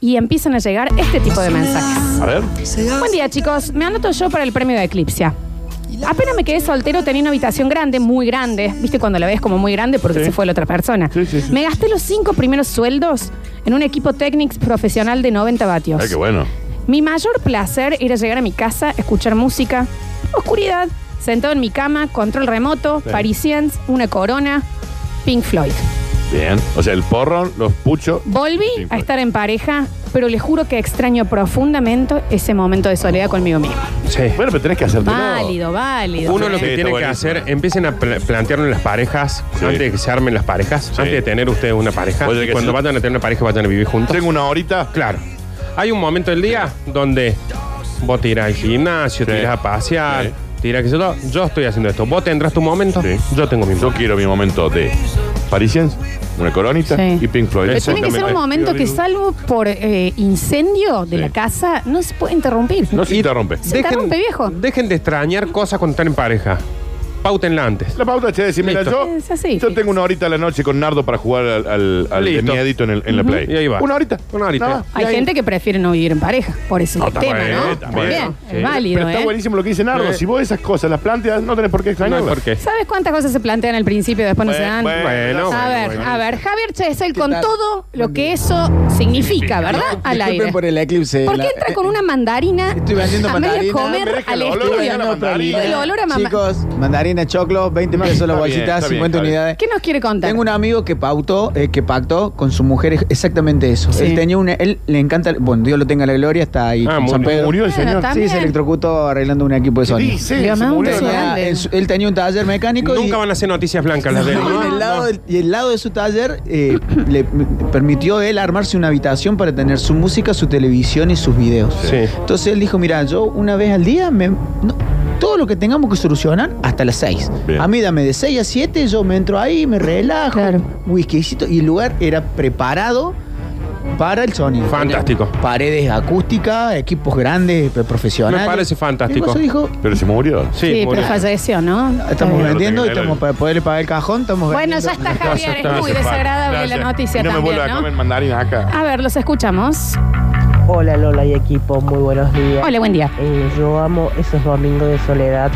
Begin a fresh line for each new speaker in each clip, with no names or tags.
y empiezan a llegar este tipo de mensajes.
A ver.
Buen día, chicos. Me anoto yo para el premio de Eclipsia. Apenas me quedé soltero, tenía una habitación grande, muy grande. ¿Viste cuando la ves como muy grande porque
Sí.
se fue la otra persona?
Sí, sí, sí.
Me gasté los cinco primeros sueldos en un equipo Technics profesional de 90 vatios.
Ay, qué bueno.
Mi mayor placer era llegar a mi casa, escuchar música, oscuridad, sentado en mi cama, control remoto,
Sí.
Parisians, una corona, Pink Floyd.
Bien. O sea, el porro, los puchos.
Volví
Pink
a
Floyd.
estar en pareja, pero les juro que extraño profundamente ese momento de soledad conmigo mismo.
Sí.
Bueno, pero tenés que hacerte
Válido, válido.
Uno lo
Sí,
que
está
tiene que
buenísimo.
hacer, empiecen a pla- plantearlo en las parejas,
Sí.
antes de que se armen las parejas, antes de tener ustedes una pareja.
Oye,
y
que
cuando
sí.
vayan a tener una pareja, vayan a vivir juntos.
Tengo una horita.
Claro. Hay un momento del día donde vos te irás al gimnasio, te
Sí.
irás a pasear,
Sí.
te irás que yo, yo estoy haciendo esto. Vos tendrás tu momento,
Sí.
yo tengo mi
Yo
momento.
quiero mi momento de Parisians, una coronita
Sí.
y Pink Floyd.
Pero tiene que ser un
Exactamente.
momento que, salvo por eh, incendio de
Sí.
la casa, no se puede interrumpir.
No se interrumpe.
Se interrumpe, viejo.
Dejen de extrañar cosas cuando están en pareja. Pautenla antes.
La pauta, che, decir, mira,
Listo.
yo,
Es así.
yo tengo una horita a la noche con Nardo para jugar al, al, al
Listo.
miedito en, el- en la play.
Y ahí va.
Una horita.
Una horita.
Nada más.
Hay
Y ahí-
gente que prefiere no vivir en pareja, por eso
No,
es el
está
tema,
bien,
¿no?
está
Bien,
bien. Sí.
es válido,
Pero está
¿eh?
buenísimo lo que dice Nardo.
Sí.
Si vos esas cosas las planteas, no tenés por qué
No hay
extrañarlas.
por qué.
¿Sabes cuántas cosas se plantean al principio y después no se dan?
Bueno,
a ver,
bueno.
a ver, Javier Chesel con todo lo que eso significa, ¿verdad? Al
Disculpen
aire.
por el eclipse.
¿Por qué
Este, La-
entra con una mandarina
Estoy vendiendo
a medio
mandarina.
Me
comer
deja
al
el olor, me deja la
estudio?
mandarina.
El olor a mamá.
Chicos, mandarina, choclo, 20 pesos la
está bien,
bolsita,
está bien,
50
está bien.
unidades.
¿Qué nos quiere contar?
Tengo un amigo que pautó, eh, que pactó con su mujer exactamente eso.
Sí.
Él tenía una, él le encanta, bueno, Dios lo tenga la gloria, está ahí.
Ah,
con San
murió.
Pedro.
Murió el
Bueno,
señor.
está
Sí, se
También.
electrocutó arreglando un equipo de sonido.
Dice,
Le
se
amamos,
murió.
sí.
Tenía-
grande.
en su- él tenía un taller mecánico
Nunca
y,
van a ser noticias blancas las de él.
y en el lado
No.
del- y el lado de su taller eh, le permitió él armarse una habitación para tener su música, su televisión y sus videos.
Sí.
Entonces él dijo, mira, yo una vez al día, me, no, todo lo que tengamos que solucionar hasta las 6.
Bien.
A mí dame de 6 a 7, yo me entro ahí, me relajo,
Claro.
whiskycito, y el lugar era preparado para el sonido.
Fantástico.
Paredes acústicas, equipos grandes, pe- profesionales.
Me parece fantástico.
Y el mozo dijo,
Pero se murió.
Sí,
Sí,
muy
pero
bien.
falleció, ¿no?
estamos
Bien.
vendiendo y
Lo tengo que
estamos
leer.
para poderle pagar el cajón, estamos
Bueno, Eh, ya
vendiendo.
está Javier, es muy desagradable la noticia
Y no me
también,
vuelva a
¿no?
comer mandarinas acá.
A ver, los escuchamos.
Hola Lola y equipo, muy buenos días.
Hola, buen día.
Eh, yo amo esos domingos de soledad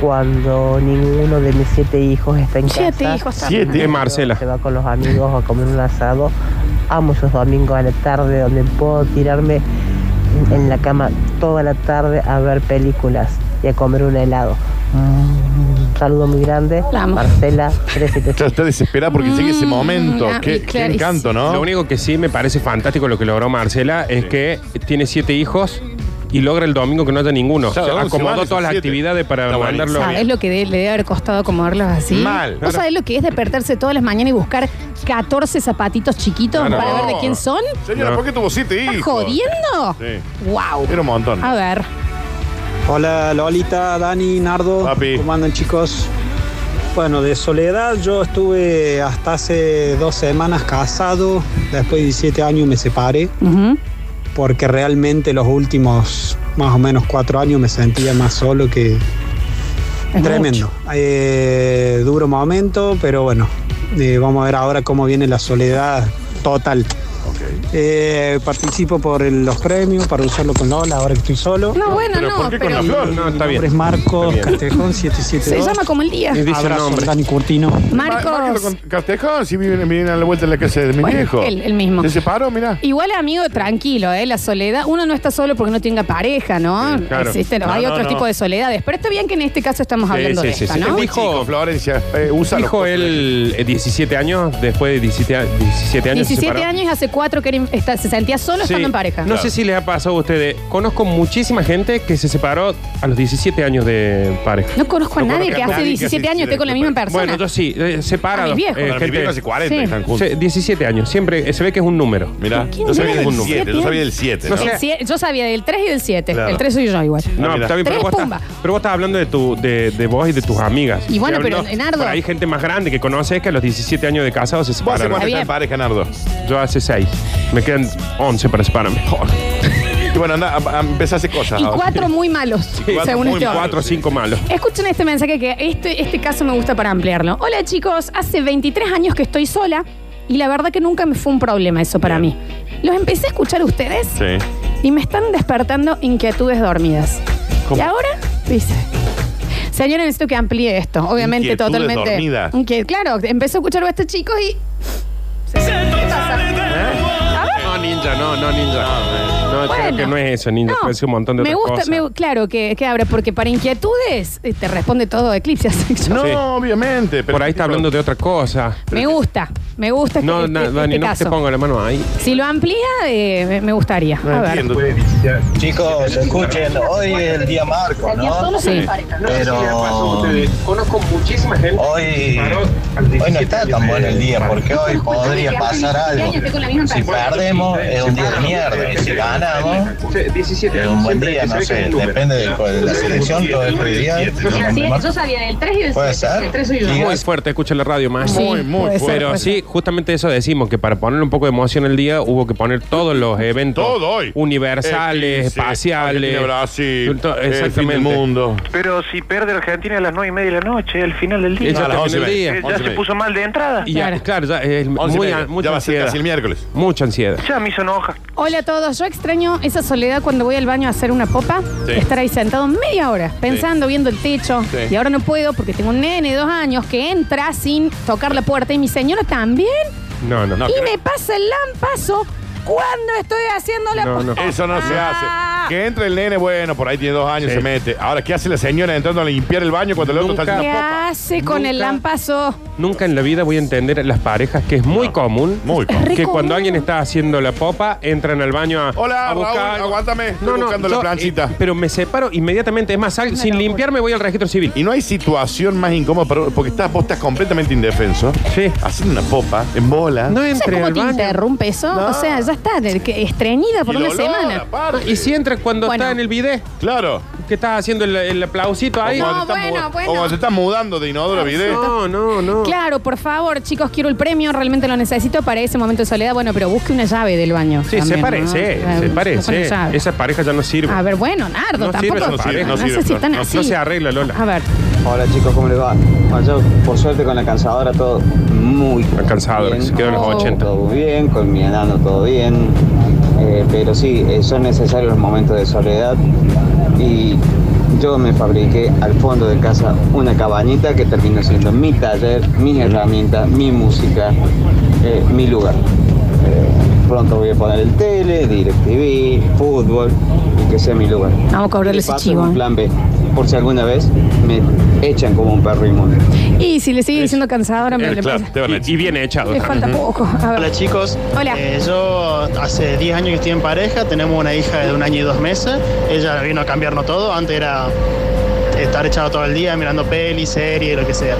cuando ninguno de mis siete hijos está en casa.
Siete hijos también.
Siete.
Es Marcela.
Se va con los amigos a comer un asado. Amo esos domingos a la tarde donde puedo tirarme en la cama toda la tarde a ver películas y a comer un helado. Mm, Un saludo muy grande.
La amo.
Marcela, 13.
Ya está desesperada porque sigue ese
Mm,
momento.
ah,
qué,
y
qué
claro, y
encanto,
sí.
¿no?
Lo único que sí me parece fantástico lo que logró Marcela es
Sí.
que tiene siete hijos y logra el domingo que no haya ninguno.
Claro,
O sea,
¿dónde se van
acomodó
esos
todas las
siete?
actividades para
Está buenísimo.
mandarlo.
¿Sabes Ah, lo que de- le debe haber costado acomodarlos así?
Mal.
¿Vos sabés lo que es despertarse todas las mañanas y buscar 14 zapatitos chiquitos
Claro.
para ver de
No.
quién son?
Señora,
No.
¿por qué tuvo siete hijos?
¿Estás jodiendo?
Sí.
¡Wow!
Era un montón.
A ver,
Hola Lolita, Dani, Nardo.
Papi.
¿Cómo andan chicos? Bueno, de soledad yo estuve hasta hace dos semanas casado, después de 17 años me separé,
ujú,
porque realmente los últimos más o menos cuatro años me sentía más solo que...
Es
Tremendo. Eh, duro momento, pero bueno, eh, vamos a ver ahora cómo viene la soledad total. Eh, participo por el- los premios, para usarlo con Lola, ahora que estoy solo.
no, bueno,
pero
no,
¿por qué con
pero
la flor?
No,
Mi
está
nombre
bien.
es Marcos Castejón
se
772.
llama como el día.
dice el
Abrazo,
nombre.
Dani Curtino.
Marcos.
Castejón, si viven, viven a la vuelta de la casa de mi
Bueno,
viejo.
él- él mismo.
Se separó, mirá.
Igual, amigo, tranquilo, ¿eh? La soledad. Uno no está solo porque no tenga pareja, ¿no?
Sí, claro.
Existen-
No,
hay
no,
otros
no.
tipos de soledades. Pero está bien que en este caso estamos hablando
sí,
de
sí,
esta,
sí.
¿no?
Dijo-
Chico, Florencia, eh, usa los
Dijo
cosas.
él eh, 17 años, después de 17, a- 17 años. se
17
separó.
años y hace 4 que era in- está- se sentía solo
Sí.
estando en pareja.
No sé si les ha pasado a ustedes. Conozco muchísima gente que se separó a los 17 años de pareja.
No conozco a
No
nadie
conozco
que
a
hace
nadie que
17
hace
años esté con la misma persona.
Bueno, yo sí, eh, separado.
A Ah, mis viejos.
eh,
Bueno, mi
gente-
viejo hace 40
Sí.
están juntos.
se- 17 años. Siempre eh, se ve que es un número.
Mirá,
¿Quién
yo sabía
era
del
el
7,
siete?
yo sabía del 7.
No
¿no?
sé.
El siete- yo sabía del 3 y del 7.
Claro.
El 3 soy yo igual.
No,
Ah, mira.
está bien, pero
Tres
vos, estás,
pumba.
pero vos estás hablando de, tu, de, de vos y de tus amigas.
Y bueno,
Estoy
pero,
hablando-
Nardo-
pero hay gente más grande que conoces que a los 17 años de casado se
¿Vos hace
separaron.
cuánto estás
Está bien.
en pareja, Nardo?
Yo hace 6. Me quedan 11 para separarme.
Y bueno, anda, a- a- empezá a hacer cosas.
Y
ahora.
cuatro muy malos,
cuatro
según
muy
este hombre.
malos.
4 o 5 malos.
Escuchen este mensaje que este, este caso me gusta para ampliarlo. Hola chicos, hace 23 años que estoy sola y la verdad que nunca me fue un problema eso para mí. Los empecé a escuchar ustedes
Sí.
y me están despertando inquietudes dormidas.
¿Cómo?
Y ahora, dice. Señora, necesito que amplíe esto. Obviamente,
Inquietudes
totalmente.
dormidas.
Inquiet- claro, empezó a escuchar a estos chicos y. ¿Qué pasa? A ver.
No, ninja, no, no, ninja. No, creo
Bueno.
que no es eso, ninja.
No,
Puede ser un montón de
me
otras
gusta,
cosas.
me- claro que, que abra, porque para inquietudes eh, te responde todo Eclipse. así que yo-
No,
Sí.
obviamente. pero-
Por ahí está hablando de otra cosa.
Me gusta, me gusta este,
No,
este-
no,
este
Dani, no
caso.
te pongo la mano ahí.
Si lo amplía, eh, me- me gustaría.
No
a ver.
entiendo.
Chicos, escuchen, hoy es el día marco, ¿no?
Sí.
Pero
Conozco muchísima gente.
hoy, hoy no está tan bueno el día, porque hoy podría pasar algo. Si perdemos, es un día de mierda. Y si ganamos, es un buen día, no sé. Depende del co- de la selección, todo es prioridad.
sabía del 3 y del
Puede ser.
Muy
Digas,
fuerte, escucha la radio más.
Sí,
Muy, muy
puede ser,
Pero
puede ser.
sí, justamente eso decimos, que para ponerle un poco de emoción al día hubo que poner todos los eventos
Todo hoy.
universales,
Eh, sí,
espaciales.
Argentina, Brasil.
To-
El fin
Exactamente.
del mundo.
Pero si pierde Argentina a las 9 y media de la noche, al final del día.
Eso
No, a las
termina el
11 y
día.
Eh,
once
ya
y
se
media.
puso mal de entrada.
Y ya, claro, ya es
Once y
muy,
media.
mucha
ya va a ser
ansiedad.
casi el miércoles.
Mucha ansiedad.
Ya me hizo enoja.
Hola a todos, yo extraño esa soledad cuando voy al baño a hacer una popa,
Sí.
estar ahí sentado media hora, pensando, viendo el techo,
Sí.
y ahora no puedo porque tengo un nene de dos años que entra sin tocar la puerta y mi señora también,
No, no.
No,
y
creo-
me pasa el lampazo cuando estoy haciendo la
No,
popa.
no.
Eso no se hace.
Ah.
Que entre el nene, bueno, por ahí tiene dos años,
Sí.
se mete. Ahora, ¿qué hace la señora entrando a limpiar el baño cuando el otro
Nunca.
está
¿Qué
haciendo popa?
hace con el
Nunca.
lampazo?
Nunca en la vida voy a entender las parejas, que es muy común.
Muy
Es re
que
común.
cuando alguien está haciendo la popa, entran al baño a.
Hola,
a buscar
Raúl,
algo.
aguántame, estoy buscando la
yo,
planchita.
eh, pero me separo inmediatamente. Es más, sal- sin limpiarme voy al registro civil.
Y no hay situación más incómoda para- porque estás, vos estás completamente indefenso.
Sí.
Haciendo una popa en bola.
No
¿Sabes
entre
cómo
al
te
baño.
interrumpe eso?
No.
O sea, ya está, de- que- estreñida por
Y
una
dolor,
semana.
aparte.
Y si entra cuando
Bueno.
está en el bidet,
Claro.
que estás haciendo el, el aplausito ahí.
O
No,
cuando te
bueno,
estás mu-
bueno.
O cuando te estás mudando de inodoro a bidet.
No, no, no.
Claro, por favor, chicos, quiero el premio, realmente lo necesito para ese momento de soledad. Bueno, pero busque una llave del baño.
Sí,
también,
se
¿no?
parece,
Eh,
se
busque una
parece.
llave.
Esa pareja ya no sirve.
A ver, bueno, Nardo,
No
tampoco.
sirve esa pareja,
no,
no
sé
sirve,
si están
no, no
así.
No se arregla,
A
Lola.
ver,
Hola chicos, ¿cómo les va? Ah, Yo, por suerte, con la cansadora todo muy
La cansadora,
bien.
que se quedó en los
Oh.
80.
Todo bien, con mi enano todo bien. Eh, pero sí, eh, son necesarios los momentos de soledad. Y yo me fabriqué al fondo de casa una cabañita que terminó siendo mi taller, mis herramientas, mi música, eh, mi lugar. Eh, pronto voy a poner el tele, DirecTV, fútbol y que sea mi lugar.
vamos a cobrarle ese
Paso
chivo.
en un plan B, por si alguna vez me echan como un perro inmundo.
Y si le sigue diciendo cansadora, me
Eh,
le
claro, te van a
Y, y viene echado.
Le falta poco. A ver.
Hola chicos,
Hola.
Eh, yo hace 10 años que estoy en pareja, tenemos una hija de un año y dos meses, ella vino a cambiarnos todo, antes era estar echado todo el día mirando pelis, series, lo que sea.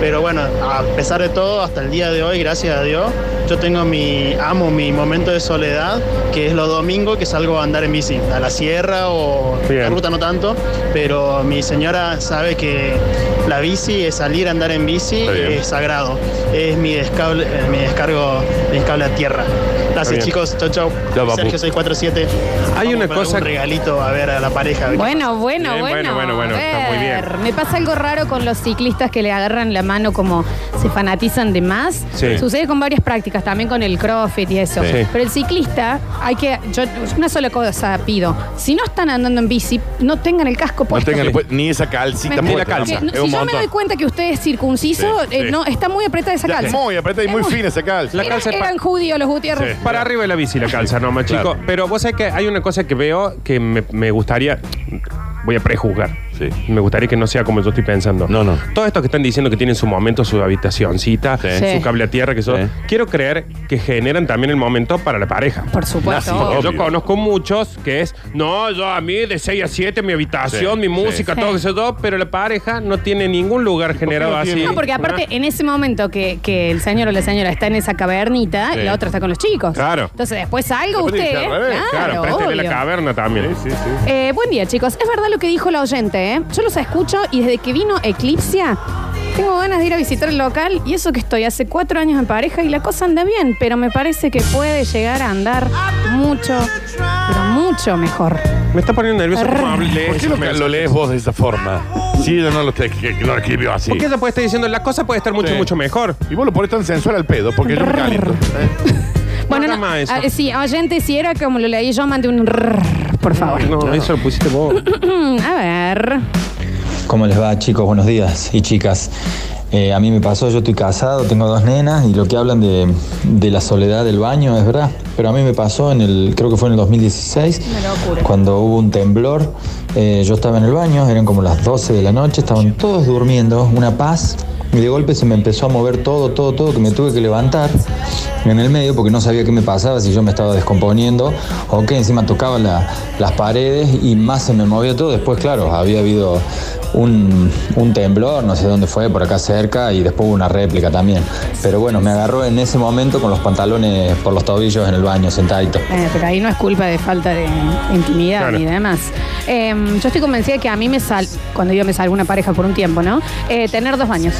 Pero bueno, a pesar de todo, hasta el día de hoy, gracias a Dios, yo tengo mi, amo mi momento de soledad, que es los domingos que salgo a andar en bici, a la sierra o
Bien.
la ruta no tanto, pero mi señora sabe que la bici es salir a andar en bici,
Está bien.
es sagrado, es mi, descable- eh, mi descargo, mi descable a tierra.
bien.
Gracias chicos, chau chau.
Chau, papu.
Sergio 647.
Hay
Vamos
una
a poner
cosa-
Un regalito a ver a la pareja.
Bueno, bueno,
Bien,
bueno.
bueno, bueno, bueno,
A
está muy bien.
ver, Me pasa algo raro con los ciclistas que le agarran la mano como se fanatizan de más.
Sí.
Sucede con varias prácticas, también con el crossfit y eso.
Sí.
Pero el ciclista, hay que. Yo una sola cosa pido. Si no están andando en bici, no tengan el casco
No
puesto.
tengan
Sí.
pues, ni esa calcita puesta,
Me-
Ni la calza.
Que
tampoco.
no-
Es
si
un
yo me
montón.
doy cuenta que usted es circunciso,
Sí,
eh,
sí.
no, está muy apretada esa
Ya,
calza.
es muy apretada y
Es
muy
muy-
fina esa calza.
La
Era-
calza es pa-
eran judíos los Gutiérrez.
Sí.
Para arriba de la bici la calza nomás,
Claro.
chicos. Pero vos sabés que hay una cosa que veo que me, me gustaría. Voy a prejuzgar.
Sí.
Me gustaría que no sea como yo estoy pensando.
No, no.
Todos estos que están diciendo que tienen su momento, su habitacioncita,
Sí.
Sí.
su cable a tierra, que eso.
Sí.
Quiero creer que generan también el momento para la pareja.
Por supuesto.
Nazi.
Porque
Obvio.
yo conozco muchos que es, no, yo a mí de 6 a 7 mi habitación,
Sí,
mi
sí.
música,
Sí.
todo eso, todo, pero la pareja no tiene ningún lugar
qué
generado
no
así.
tiene?
No, porque aparte en ese momento que, que el señor o la señora está en esa cavernita,
Sí.
la otra está con los chicos.
Claro.
Entonces después salga
Después
usted.
dice al revés,
Claro,
Claro,
préstele la
obvio.
caverna también.
Sí, sí, sí.
Eh, buen día, chicos. Es verdad lo que dijo la oyente, ¿eh? Yo los escucho y desde que vino Eclipsia, tengo ganas de ir a visitar el local y eso que estoy hace cuatro años en pareja y la cosa anda bien, pero me parece que puede llegar a andar mucho, pero mucho mejor.
Me está poniendo nervioso
Arr.
cómo hablé.
¿Por qué lo,
Me-
lo lees vos de esa forma? Sí, yo no lo, te- que- no lo escribió así.
Porque ella puede estar diciendo, la cosa puede estar mucho,
Sí.
mucho mejor.
Y vos lo pones tan sensual al pedo, porque yo me caliento. ¿eh?
Bueno,
hagas
no,
más eso.
ah, sí, oyente, si era como lo leí yo, mandé un rrrr, por favor.
No, eso lo pusiste vos.
A ver.
¿Cómo les va, chicos? Buenos días y chicas. Eh, a mí me pasó, yo estoy casado, tengo dos nenas y lo que hablan de, de la soledad del baño es verdad. Pero a mí me pasó en el, creo que fue en el 2016, cuando hubo un temblor. eh, yo estaba en el baño, eran como las 12 de la noche, estaban todos durmiendo, una paz. Y de golpe se me empezó a mover todo, todo, todo, que me tuve que levantar en el medio porque no sabía qué me pasaba, si yo me estaba descomponiendo o que encima tocaba la- las paredes y más se me movió todo. Después, claro, había habido un, un temblor, no sé dónde fue, por acá cerca, y después hubo una réplica también. Pero bueno, me agarró en ese momento con los pantalones por los tobillos en el baño, sentadito.
Eh, pero ahí no es culpa de falta de intimidad
Claro.
ni demás. Eh, yo estoy convencida que a mí me sal, cuando yo me salgo una pareja por un tiempo, ¿no? Eh, tener dos baños.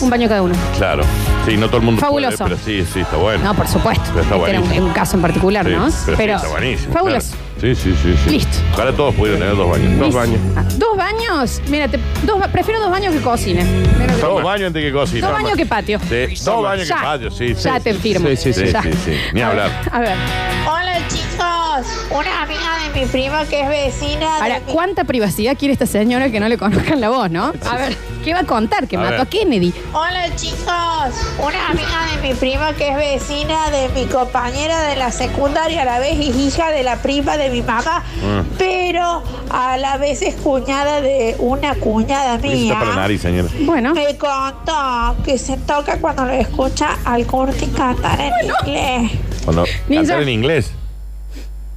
Un baño cada uno.
Claro. Sí, no todo el mundo
Fabuloso.
puede, pero sí, sí, está bueno.
No, por supuesto.
Pero está
Este era un,
buenísimo.
un caso en particular,
Sí,
¿no?
Pero, sí, está buenísimo.
fabuloso.
claro. Sí, sí, sí, sí.
Listo.
Ahora todos pudieron tener dos baños. Dos baños.
Ah, Dos baños, mira, te- dos ba- prefiero dos baños que cocina. Menos que-
Dos baños antes que cocina.
Dos baños que patio.
Sí, Dos baños que
Ya.
patio, sí.
Ya
sí,
te
sí,
firmo.
Sí, sí, sí.
Ya.
sí, sí. Ni hablar.
A ver.
Hola chicos, una amiga de mi prima que es vecina.
Ahora, ¿cuánta privacidad quiere esta señora que no le conozcan la voz, no? A ver, ¿qué va a contar? Que
A
mató
ver.
a Kennedy.
Hola chicos, una amiga de mi prima que es vecina de mi compañera de la secundaria, a la vez es hija de la prima de mi mamá,
Mm.
pero a la vez es cuñada de una cuñada
Eso está
mía.
para la nariz, señora.
Bueno.
Me contó que se toca cuando lo escucha al Curti cantar en inglés.
Cuando
Ninja.
cantar en inglés.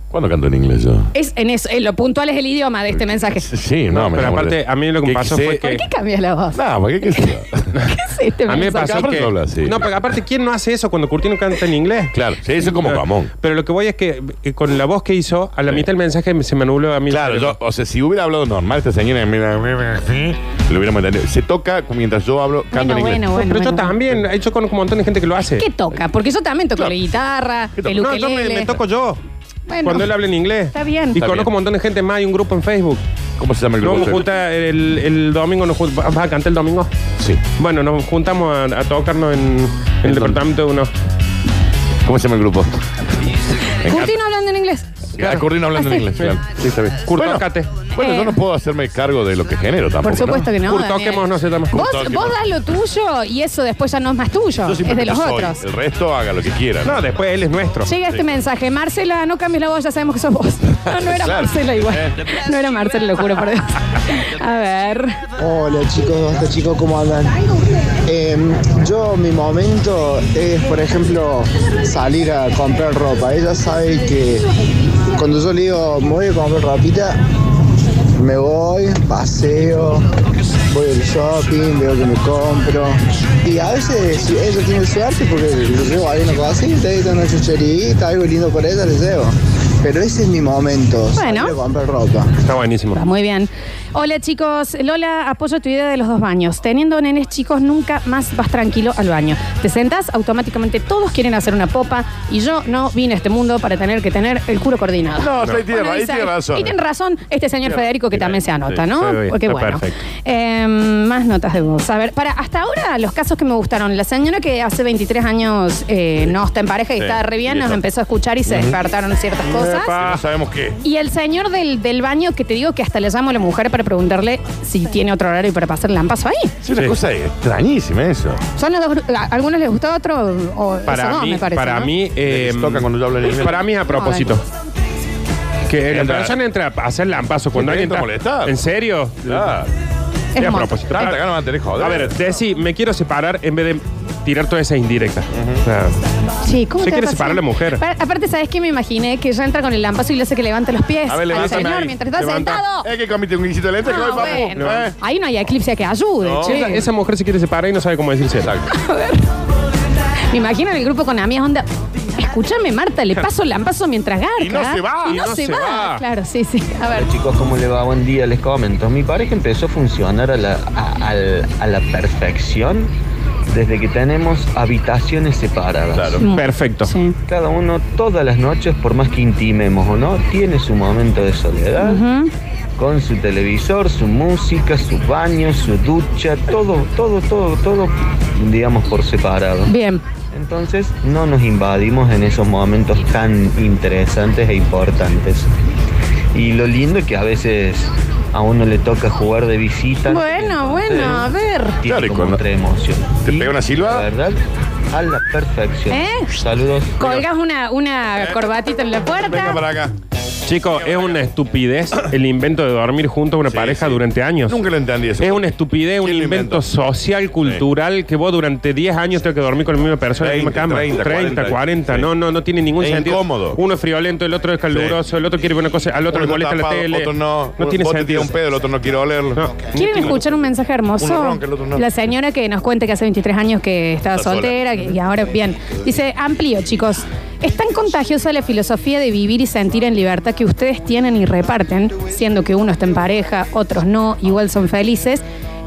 ¿Cuándo canto en inglés yo?
Es en eso, en lo puntual es el idioma de este mensaje.
Sí, no, me
pero
enamoré.
aparte, a mí lo que me pasó fue que-
¿Por qué cambias la voz?
No, ¿por Ah, qué qué sé yo?
¿Qué es este
A mí me
mensaje?
pasó
Aparte
que...
habla así.
No, pero aparte, ¿quién no hace eso cuando Curtino canta en inglés?
Claro, sí, eso es como
Pero-
Ramón.
Pero lo que voy es que eh, con la voz que hizo, a la mitad del mensaje me- se me anuló a mí.
Claro, yo, o sea, si hubiera hablado normal este esta señora, mira, mira, sí, lo hubiéramos entendido. Se toca mientras yo hablo, canto
Bueno,
en inglés.
bueno, bueno,
pero yo
bueno.
también, yo conozco un montón de gente que lo hace.
¿Qué toca? Porque yo también toco la guitarra, el
No, yo me,
ukelele.
me toco yo.
Bueno.
cuando él habla en inglés.
Está bien.
Y
Está
conozco
bien.
un montón de gente más y un grupo en Facebook.
¿Cómo se llama el
Nos
grupo?
junta el, el domingo, nos junta, ¿vas a cantar el domingo?
Sí.
Bueno, nos juntamos a, a tocarnos en, en el departamento de unos.
¿Cómo se llama el grupo? Me encanta.
Curtino hablando en inglés.
Ah, Curtino hablando en inglés, claro. Sí, está bien.
Curto,
Bueno,
tocate.
Bueno, yo
Eh.
no puedo hacerme cargo de lo que genero tampoco.
Por supuesto que no.
Curto,
Daniel.
toquemos, no se llama.
Vos,
Curto, toquemos.
vos das lo tuyo y eso después ya no es más tuyo.
Yo
Es de
simplemente
los
soy.
otros.
El resto haga lo que quiera.
No, después él es nuestro.
Llega este mensaje, Marcela, no cambies la voz, ya sabemos que sos vos. No, no era
Claro.
Marcela igual.
Eh.
No era Marcela, lo juro por Dios. A ver.
Hola chicos, hola chicos, ¿cómo andan? Em, yo mi momento es, por ejemplo, salir a comprar ropa. Ella sabe que cuando yo le digo, me voy a comprar ropita, me voy, paseo, voy al shopping, veo que me compro. Y a veces si ella tiene suerte porque yo llevo ahí una cosita, ella una chucherita, algo lindo por ella le llevo. Pero ese es mi momento, salir
Bueno.
a comprar ropa.
Está buenísimo.
Muy bien. Hola chicos, Lola, apoyo tu idea de los dos baños. Teniendo nenes chicos, nunca más vas tranquilo al baño. Te sentás, automáticamente todos quieren hacer una popa y yo no vine a este mundo para tener que tener el culo coordinado.
No, ahí tiene-
Uno
ahí
dice,
tiene razón. eh.
Y tiene razón este señor
Tiene-
Federico que también se anota, ¿no?
está bien,
Porque
está
bueno.
perfecto.
Eh, más notas de voz. A ver, para hasta ahora los casos que me gustaron. La señora que hace 23 años eh, no está en pareja y
Sí,
está re bien,
y
nos
eso.
empezó a escuchar y se
Ujú.
despertaron ciertas cosas.
Epa, No sabemos qué.
Y el señor del, del baño que te digo que hasta le llamo a la mujer para preguntarle si tiene otro horario para pasar lampazo ahí.
Es una cosa extrañanísima eso.
Son los dos, gru- a algunos les gusta otro o o
Para
eso no,
mí,
me parece.
para
¿no?
mí, eh,
toca cuando yo hablo en inglés.
Para mí es a propósito. Que la
Entra-
persona entra a hacer lampazo cuando
Sí,
alguien
entra a molestar.
¿En serio?
Claro.
Es
Es a
un
propósito.
Tanta gana van a tener, joder.
A ver, Desi, me quiero separar en vez de tirar toda esa indirecta. Ah.
Sí, ¿cómo
Se
te va
quiere
a pasar?
separar a la mujer.
Pa- aparte, ¿sabes qué me imaginé? Que ella entra con el lampazo y le hace que levante los pies
A ver,
al
levántame
señor
ahí.
mientras está
Levanta.
sentado.
Es que comiste un guisito de lente, que
Ah,
hoy papu.
bueno.
¿Eh?
Ahí no hay eclipse que ayude,
No.
che.
Esa, esa mujer se quiere separar y no sabe cómo decirse.
Me imagino en el grupo con amigas onda. Escúchame, Marta, le paso el lampazo mientras garca.
Y no se va,
Y no, se, va. Claro, sí, sí. A ver.
Hola, chicos, ¿cómo le va? Buen día, les comento. Mi pareja empezó a funcionar a la, a, al- a la perfección desde que tenemos habitaciones separadas. Claro,
Mm. perfecto.
Cada uno, todas las noches, por más que intimemos o no, tiene su momento de soledad. Con su televisor, su música, su baño, su ducha, todo, todo, todo, todo, digamos, por separado.
Bien.
Entonces no nos invadimos en esos momentos tan interesantes e importantes. Y lo lindo es que a veces a uno le toca jugar de visita.
Bueno, bueno, a ver.
Tiene como otra emoción.
¿Te pega una silba?
La verdad, a la perfección.
¿Eh?
Saludos.
Colgas una, una corbatita en la puerta.
Venga para acá.
Chicos, es una estupidez el invento de dormir junto a una pareja durante años.
Nunca lo entendí eso.
Es una estupidez, un invento social, cultural, que vos durante 10 años tengo que dormir con la misma persona en la misma
30,
cama.
30,
40.
40, sí.
No, no, no tiene ningún
Es
sentido.
incómodo.
Uno es friolento, el otro es caluroso, el otro quiere ver una cosa, al otro
Uno
le molesta
está tapado,
la tele.
Otro no.
no tiene
Vos te
sentido.
tiras un pedo, el otro no quiere olerlo.
¿Quieren escuchar un mensaje hermoso?
Uno ronca, el otro no.
La señora que nos cuenta que hace 23 años que estaba
Está sola.
soltera que- y ahora bien. Dice, amplío, chicos. Es tan contagiosa la filosofía de vivir y sentir en libertad que ustedes tienen y reparten, siendo que uno está en pareja, otros no, igual son felices,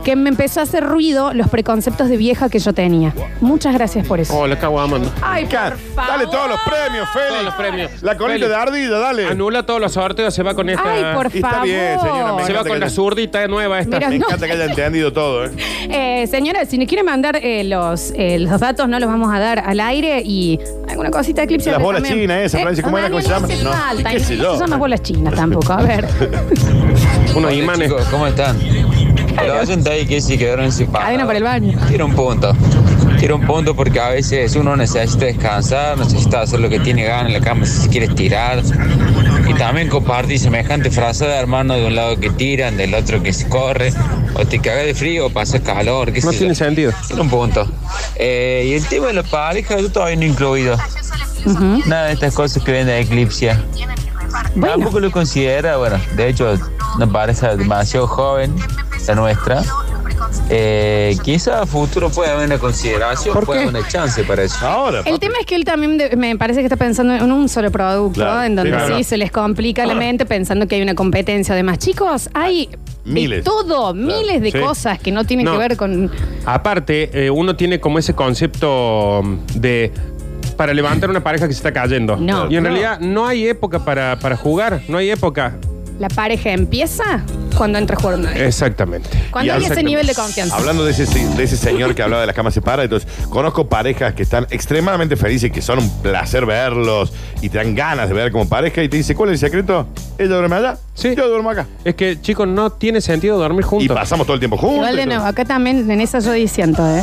que me empezó a hacer ruido los preconceptos de vieja que yo tenía. Muchas gracias por eso.
Oh, la caguaman.
Ay, por favor.
Dale todos los premios, Félix.
Todos los premios.
La colita
Félix.
de ardilla, dale.
Anula todos los sorteos, se va con esta.
Ay, por
Y está bien, señora. Me
favor.
se va
encanta
con
que
la
haya-
zurdita nueva esta.
Mira,
Me
no.
encanta que haya entendido todo, ¿eh?
Eh, señora, si nos quiere mandar eh, los, eh, los datos, no los vamos a dar al aire y alguna cosita de Eclipse.
Las
Andrés,
bolas
también. Eh,
chinas esas, Florencia, ¿cómo era? ¿Cómo
Daniel,
se
no
llama?
hace
No,
falta,
y qué sé
no
yo.
se llaman bolas chinas tampoco, a ver.
Unos
Hola,
imanes.
chicos, ¿Cómo están? La gente ahí que sí quedaron sin parar.
Cadena para el baño.
Quiero un punto. Quiero un punto porque a veces uno necesita descansar, necesita hacer lo que tiene ganas en la cama si se quiere estirar. Y también compartir semejante frase de hermano de un lado que tiran, del otro que se corre. O te cagas de frío o pasas calor, qué
No
sé
tiene
yo.
sentido.
Quiero un punto. Eh, y el tema de la pareja yo todavía no he incluido.
Ujú.
Nada de estas cosas que vende Eclipse.
Bueno,
Tampoco lo considera, bueno, de hecho, una pareja demasiado joven, la nuestra. Eh, quizá a futuro pueda haber una consideración,
¿Por
pueda
qué?
haber una chance para eso.
Ahora.
el tema es que él también de- me parece que está pensando en un solo producto,
Claro,
en donde
sí,
sí,
claro.
se les complica la mente pensando que hay una competencia. Además, chicos, hay de
Miles.
todo, miles de
Sí.
cosas que no tienen
No.
que ver con.
Aparte, eh, uno tiene como ese concepto mm, de para levantar una pareja que se está cayendo.
No.
Y en
No.
realidad no hay época para, para jugar, no hay época.
La pareja empieza cuando entra a jugar una vez.
Exactamente.
Cuando
Y
hay ese
exactamente.
nivel de confianza.
Hablando de ese, de ese señor que hablaba de las camas separadas, entonces conozco parejas que están extremadamente felices, que son un placer verlos y te dan ganas de ver como pareja y te dice, ¿cuál es el secreto? Ella duerme allá,
Sí.
yo duermo acá.
Es que, chicos, no tiene sentido dormir
Y
juntos.
pasamos todo el tiempo juntos.
Igual de
y
nuevo,
todo.
acá también en esa yo diciendo, ¿eh?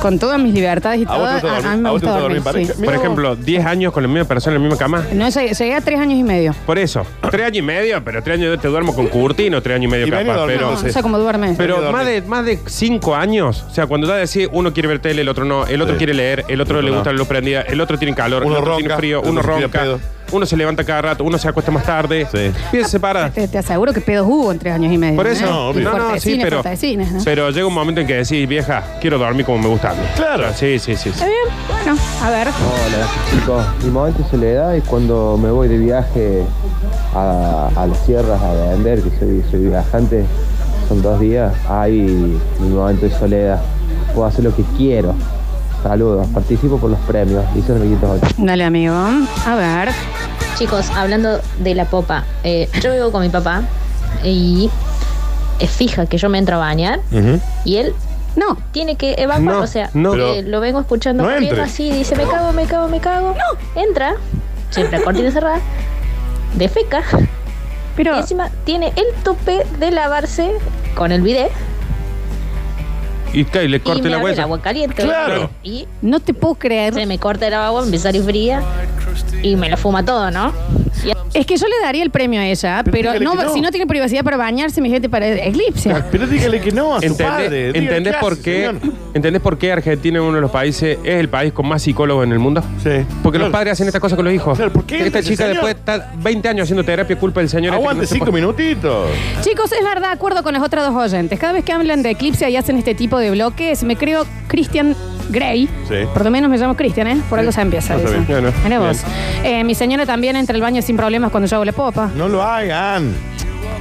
Con todas mis libertades y
¿A
todo,
vos te gusta
a, ¿eh? a
dormir?
mí me
¿A vos te
gusta
gusta
dormir.
dormir en
sí.
pareja? Mira
Por
vos.
ejemplo, 10 años con la misma persona en la misma cama.
No, llegué, llegué a tres años y medio.
Por eso, tres años y medio, pero tres años te duermo con Curtino, tres años y medio
Y vení a
capaz.
dormir,
Pero,
No, no sé cómo duerme.
Pero
dormir.
más de, más de cinco años, o sea, cuando ya decís, uno quiere ver tele, el otro no, el otro
Sí.
quiere leer, el otro
El otro
le gusta
no.
la luz prendida, el otro tiene calor,
Uno
el otro tiene
ronca,
frío,
el
uno
otro se
ronca,
tira pedo.
uno se levanta cada rato, uno se acuesta más tarde,
Sí.
bien se separa.
Te, te aseguro que pedos hubo en tres años y medio.
Por eso,
¿eh?
No,
no,
obvio.
no, sí,
Fortecines,
pero,
fortecines, ¿no?
pero llega un momento en que decís, vieja, quiero dormir como me gusta a mí. Claro. Sí, sí, sí. sí.
¿Está bien? Bueno, a ver.
Hola chicos, mi momento de soledad es cuando me voy de viaje a, a las sierras a vender, que soy, soy viajante, son dos días, ahí mi momento de soledad, puedo hacer lo que quiero. Saludos, participo por los premios, hice los 508.
Dale, amigo. A ver.
Chicos, hablando de la popa, eh, yo vivo con mi papá y es fija que yo me entro a bañar
Ujú.
y él
No.
tiene que evacuar,
No,
o sea,
no.
eh,
Pero
lo vengo escuchando
no
corriendo
entre.
así, dice, me cago, me cago, me cago. No. Entra, siempre a cortina cerrada, defeca y
Pero
encima tiene el tope de lavarse con el bidet
Y, que le
y
corte
me
la
abre el
huella.
agua caliente.
Claro.
Y
no te puedo creer.
se me corta el agua, empieza a ir fría y me lo fuma todo, ¿no? Y
Es que yo le daría el premio a ella, pero,
dígale
no,
que no.
si no tiene privacidad para bañarse, mi gente, para eclipse.
Pero dígale que no a su
Entendé-
padre. dígale,
¿entendés,
¿qué
por
hace,
qué,
señor?
¿Entendés por qué Argentina es uno de los países, es el país con más psicólogos en el mundo?
Sí.
Porque
Claro.
los padres hacen estas cosas con los hijos.
Claro, ¿por qué
Esta
ese
chica
señor?
después de estar 20 años haciendo terapia, culpa del señor. este que
Aguante
no se
cinco
puede-
minutitos.
Chicos, es verdad, acuerdo con las otras dos oyentes. Cada vez que hablan de eclipse y hacen este tipo de bloques, me creo Christian Grey.
Sí.
Por lo menos me llamo Christian, ¿eh? Por algo se empieza.
No está
dicen.
bien. Bueno,
Mirá vos. Eh, mi señora también entra al baño sin problemas cuando yo hago la popa.
No lo hagan.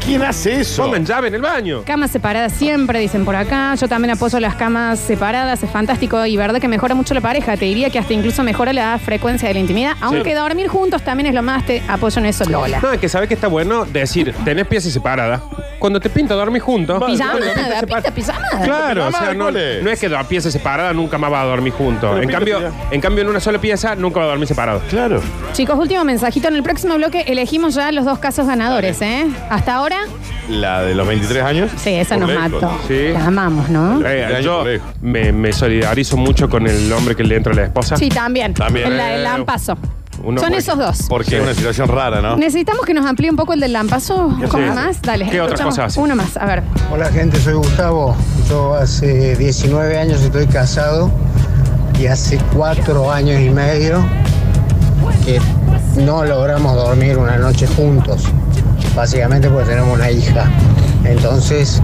¿Quién hace eso?
Pongan llave en el baño.
Camas separadas siempre, dicen por acá. Yo también apoyo las camas separadas, es fantástico y verdad que mejora mucho la pareja. Te diría que hasta incluso mejora la frecuencia de la intimidad, aunque dormir juntos también es lo más, te apoyo en eso, Lola.
No, es que sabes que está bueno decir, tenés piezas separadas. Cuando te pinta dormir juntos. cuando te pinta
Pijamada,
separ-
pinta pijamada.
Claro, o sea, no,
¿cuál es?
no es que dos piezas separadas nunca más va a dormir juntos. En
pinta
cambio, en cambio, en una sola pieza nunca va a dormir separado.
Claro.
Chicos, último mensajito. En el próximo bloque elegimos ya los dos casos ganadores, ¿eh? Hasta ahora,
La de los 23 años.
sí, esa
Por
nos
lejos.
mató.
Sí.
La amamos, ¿no?
yo me, me solidarizo mucho con el hombre que le entra a la esposa.
Sí, también.
También.
La del lampazo.
Uno
Son
porque-
esos dos.
Porque
Sí.
es una situación rara, ¿no?
Necesitamos que nos amplíe un poco el del lampazo.
¿Qué
¿Cómo
hace?
más? Dale.
¿Qué otras
escuchamos.
cosas hace?
Uno más, a ver.
Hola gente, soy Gustavo. Yo hace 19 años estoy casado y hace 4 años y medio que no logramos dormir una noche juntos. Básicamente porque tenemos una hija. Entonces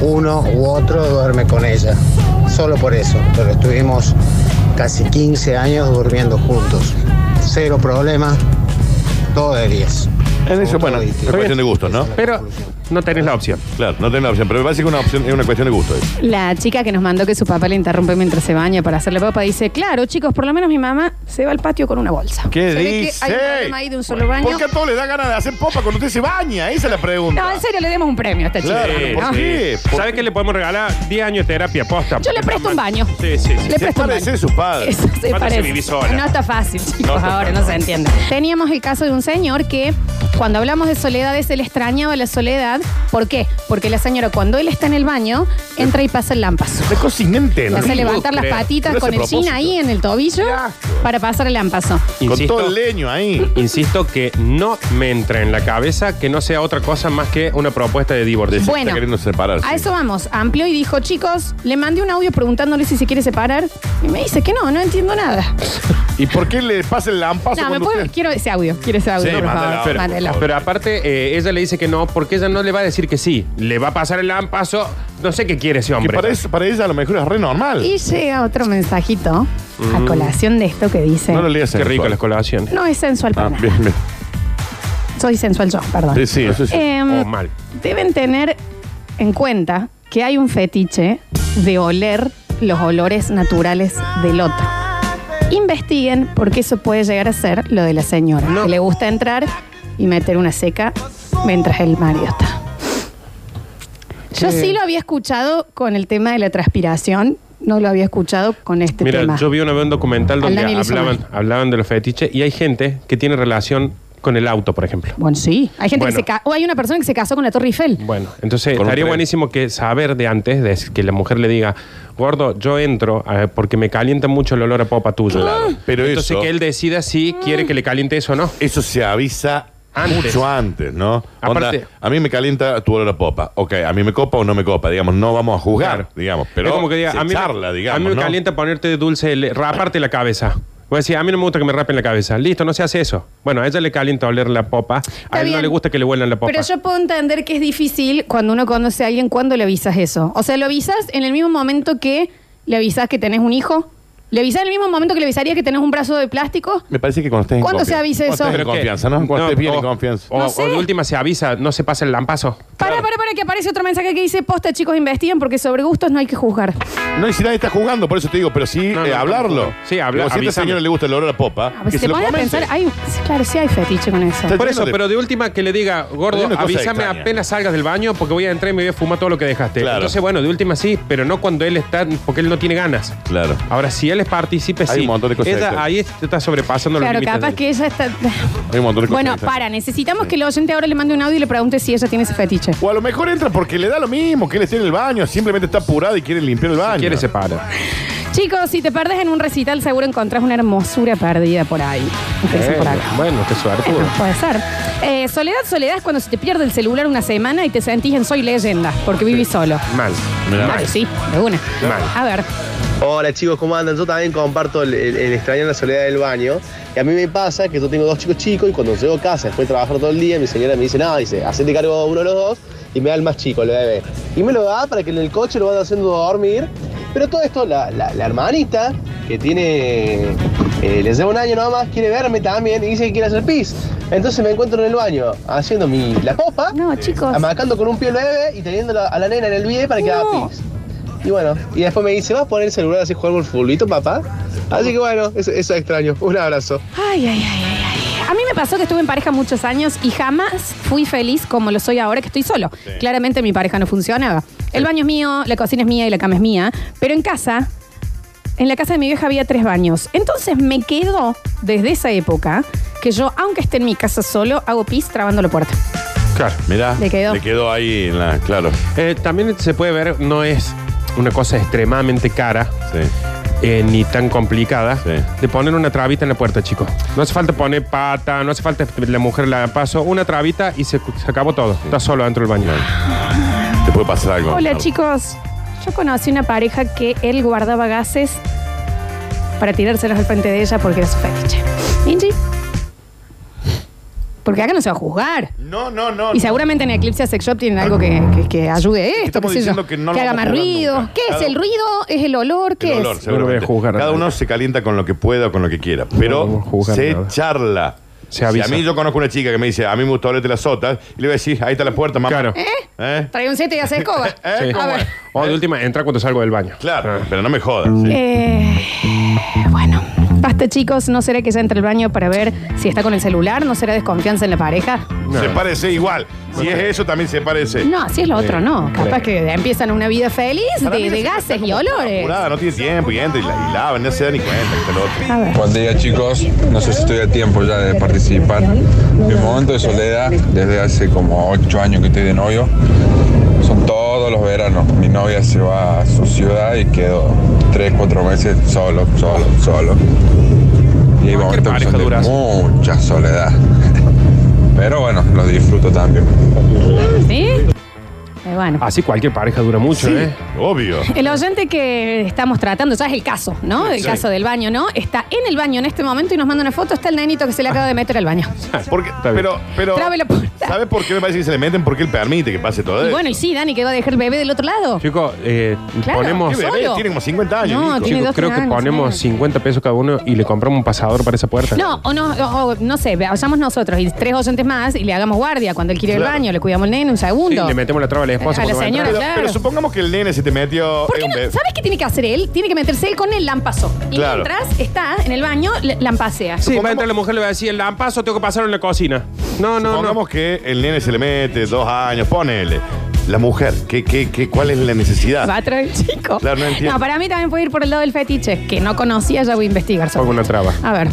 uno u otro duerme con ella. Solo por eso. Pero estuvimos casi 15 años durmiendo juntos. Cero problema. Todo de 10.
En eso, bueno, es cuestión de gustos, ¿no?
Pero no tenés la opción.
Claro, no tenés la opción. Pero me parece que una opción es una cuestión de gusto. eso.
La chica que nos mandó que su papá le interrumpe mientras se baña para hacerle papa dice, claro, chicos, por lo menos mi mamá se va al patio con una bolsa.
¿Qué
Se ve que
dice?
hay un problema ahí de un solo baño.
¿Por qué a todos les da ganas de hacer popa cuando usted se baña? Esa es la pregunta.
No, en serio, le demos un premio a esta chica.
Claro,
¿no?
¿por qué? ¿Por
¿Sabes qué le podemos regalar? 10 años de terapia posta.
Yo le presto un baño.
Sí, sí, sí.
Le presto un baño. Eso se
¿Cuánto
parece.
vivís sola?
No está fácil, chicos,
No está
ahora no se entiende. Teníamos el caso de un señor que cuando hablamos de soledades, él extrañaba la soledad. ¿Por qué? Porque la señora cuando él está en el baño, entra y pasa el lámpazo.
Es cocinante,
Le hace levantar las patitas con el jean ahí en el tobillo para pasar el lámpazo.
todo el leño ahí.
Insisto que no me entra en la cabeza que no sea otra cosa más que una propuesta de divorcio.
Bueno. Está queriendo
separarse.
A eso vamos. Amplió y dijo, chicos, le mandé un audio preguntándole si se quiere separar. Y me dice que no, no entiendo nada.
¿Y por qué le pasa el lampazo
No, me
cuando
puedo,
usted-
quiero ese audio. Quiero ese audio,
Sí,
por
mándala,
ah,
favor.
pero,
Mándelo.
pero aparte, eh, ella le dice que no, porque ella no le va a decir que sí. Le va a pasar el lampazo. No sé qué quiere ese hombre.
para eso- para ella a lo mejor es re normal.
Y llega otro mensajito a colación de esto que dice.
Mm. No lo leas
Mm.
eh,
Qué rica la colación.
No es sensual para
Ah,
nada.
bien, bien.
Soy sensual yo, perdón.
Sí, sí, eso sí.
Em,
Oh, mal.
Deben tener en cuenta que hay un fetiche de oler los olores naturales del otro. Investiguen porque eso puede llegar a ser lo de la señora. Que le gusta entrar y meter una seca mientras el marido está. Yo sí lo había escuchado con el tema de la transpiración, no lo había escuchado con este
Mira,
tema.
yo vi una vez un documental donde
Al Dani le hizo
hablaban, hablaban de los fetiches y hay gente que tiene relación con el auto, por ejemplo.
Bueno, sí. Hay gente
Bueno.
que se ca- o hay una persona que se casó con la Torre Eiffel.
Bueno, entonces
Con un
estaría
tren.
buenísimo que saber de antes, de que la mujer le diga, gordo, yo entro eh, porque me calienta mucho el olor a popa tuyo.
Ah.
Pero
entonces
eso-
que él decida si
Mm.
quiere que le caliente eso o no.
Eso se avisa
Antes.
mucho antes, ¿no?
Aparte-
Onda, a mí me calienta tu olor a popa. Ok, a mí me copa o no me copa, digamos, no vamos a juzgar, digamos. Pero
es como que diga,
se
a mí,
charla,
me,
digamos.
a mí me
¿no?
calienta ponerte dulce, le- raparte la cabeza. Voy a decir, a mí no me gusta que me rapen la cabeza. Listo, no se hace eso. Bueno, a ella le calienta oler la popa. A él no
bien.
le gusta que le huelan la popa.
Pero yo puedo entender que es difícil cuando uno conoce a alguien, ¿cuándo le avisas eso? O sea, ¿lo avisas en el mismo momento que le avisas que tenés un hijo? ¿Le avisas en el mismo momento que le avisarías que tenés un brazo de plástico?
Me parece que cuando estés en
¿Cuándo se
confianza-
avisa
cuando
eso?
estés en
Pero que-
confianza, ¿no? Cuando
No,
estés bien en
o-
confianza.
O, o de última se avisa, no se pasa el lampazo.
Para, para, para, que aparece otro mensaje que dice, posta chicos, investiguen porque sobre gustos no hay que juzgar.
No, y si nadie está jugando, por eso te digo, pero sí eh, hablarlo. Sí, hablarlo. Si a esta
avísame.
señora le gusta el olor a popa,
A ver,
que se
si Pues te
lo
pones a
comente.
pensar, hay, sí, claro, sí hay fetiche con eso.
Por eso, pero de última que le diga, gordo,
lleno de cosas
avísame
extrañas.
apenas salgas del baño porque voy a entrar y me voy a fumar todo lo que dejaste. Entonces, bueno, de última sí, pero no cuando él está, porque él no tiene ganas.
Claro.
Ahora, si él es partícipe,
Hay
sí.
un montón de cosas
Ella
extrañas.
ahí está sobrepasando
Claro,
los límites.
capaz que ella está...
Hay un montón de cosas
Bueno,
que están-
para, necesitamos que el oyente ahora le mande un audio y le pregunte si ella tiene ese fetiche.
O a lo mejor entra porque le da lo mismo, que él esté en el baño, simplemente está apurado y quiere limpiar el baño. quiere
se para.
Chicos, si te perdes en un recital, seguro encontrás una hermosura perdida por ahí.
Eh,
Empieza por acá.
Bueno, qué suerte.
Bueno, puede ser. Eh, soledad, soledad es cuando se te pierde el celular una semana y te sentís en soy leyenda, porque vivís solo.
Mal.
Claro, sí, de una. A ver,
Hola chicos, ¿cómo andan? Yo también comparto el, el- el extrañar la soledad del baño. Y a mí me pasa que yo tengo dos chicos chicos y cuando llego a casa después de trabajar todo el día, mi señora me dice, nada, dice, hacete cargo de uno de los dos y me da el más chico, el bebé. Y me lo da para que en el coche lo vaya haciendo dormir. Pero todo esto, la, la- la hermanita, que tiene, eh, le lleva un año nada más, quiere verme también y dice que quiere hacer pis. Entonces me encuentro en el baño haciendo mi, la popa,
no, chicos.
amacando con un pie el bebé y teniendo la- a la nena en el video para que haga pis. Y bueno, y después me dice, ¿vas a poner el celular así jugar al fulbito, papá? Así que bueno, eso, eso es extraño. Un abrazo.
Ay, ay, ay, ay, ay. A mí me pasó que estuve en pareja muchos años y jamás fui feliz como lo soy ahora que estoy solo. Claramente mi pareja no funcionaba. El baño es mío, la cocina es mía y la cama es mía. Pero en casa, en la casa de mi vieja había tres baños. Entonces me quedó desde esa época que yo, aunque esté en mi casa solo, hago pis trabando la puerta.
Claro.
Mirá,
Le quedó.
le quedó ahí en la. Claro.
Eh, también se puede ver, no es una cosa extremadamente cara. eh, ni tan complicada de poner una trabita en la puerta, chicos. No hace falta poner pata, no hace falta que la mujer la paso una trabita y se, se acabó todo. Está solo dentro del baño.
Te puede pasar algo.
Hola chicos, yo conocí una pareja que él guardaba gases para tirárselos al frente de ella porque era su fetiche. Inchi. Porque acá no se va a juzgar.
No, no, no.
Y seguramente en Eclipse Sex Shop tienen algo que, que- que ayude a esto,
Estamos
qué sé yo.
diciendo que no lo vamos
haga
a
más
juzgar
ruido.
nunca.
¿Qué
Cada-
es el ruido? ¿Es el olor? ¿Qué
El olor,
es?
seguramente. Cada uno se calienta con lo que pueda o con lo que quiera. Pero se
nada.
charla. Se
avisa.
Si a mí yo conozco una chica que me dice, a mí me gusta olerte las sotas, y le voy a decir, ahí está la puerta, mamá.
Claro.
¿Eh? Trae un siete y hace escoba.
Eh,
Sí.
A ver.
O de última, entra cuando salgo del baño. Ah.
Claro, pero no me jodas.
Eh, bueno, basta chicos, ¿no será que ya entra al baño para ver si está con el celular? ¿No será desconfianza en la pareja?
Se parece igual. Si es eso, también se parece.
No, si es lo otro,
Sí.
no. Capaz
Claro.
que empiezan una vida feliz
Para mí
de,
la
de
chica
gases y olores.
Apurada, no tiene tiempo y entra y la, y lava, no se da ni cuenta que está lo otro.
Buen día chicos, no sé si estoy a tiempo ya de participar. Mi momento de soledad desde hace como 8 años que estoy de novio. Son todos los veranos. Mi novia se va a su ciudad y quedo 3, 4 meses solo, solo, solo. Y hay momentos que son de mucha soledad. Pero bueno, lo disfruto también.
¿Sí? Eh, bueno.
Ah,
Así cualquier pareja dura mucho, ¿eh?
Obvio.
El oyente que estamos tratando, ya es el caso, ¿no? El
Sí.
caso del baño, ¿no? Está en el baño en este momento y nos manda una foto. Está el nenito que se le acaba de meter al baño.
Porque, pero, pero.
Trabe la puerta.
¿Sabes por qué me parece que se le meten? Porque él permite que pase todo
Y
eso.
bueno, y sí, Dani, que va a dejar el bebé del otro lado.
Chicos, eh,
Claro,
ponemos.
¿Qué bebé? solo. Tiene como
50
años, No, Nico. tiene
Chicos,
dos,
creo
tres
que
años,
ponemos 50 pesos cada uno y le compramos un pasador para esa puerta.
No, o no, o- o no sé, vayamos nosotros y tres oyentes más y le hagamos guardia cuando él quiere ir al
Claro.
baño, le cuidamos el nene un
Sí,
segundo.
le metemos la traba a la esposa.
A la
cuando va a
señora,
entrar.
Pero,
claro.
pero supongamos que el nene se te metió.
¿Por qué
es un
no?
bebé.
¿Sabes qué tiene que hacer él? Tiene que meterse él con el lampazo. Y
Claro.
mientras está en el baño, le- lampasea.
Sí, va a entrar la mujer y le va a decir, el lampazo tengo que pasar en la cocina. No, no,
Supongamos que el nene se le mete dos años, ponele. La mujer, ¿qué, qué, qué, ¿cuál es la necesidad?
Va a traer el chico.
Claro, no entiendo.
No, para mí también puede ir por el lado del fetiche, que no conocía, ya voy a investigar. sobre
Pongo una
esto.
traba.
A ver.